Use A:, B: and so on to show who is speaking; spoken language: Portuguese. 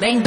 A: Bem, bem.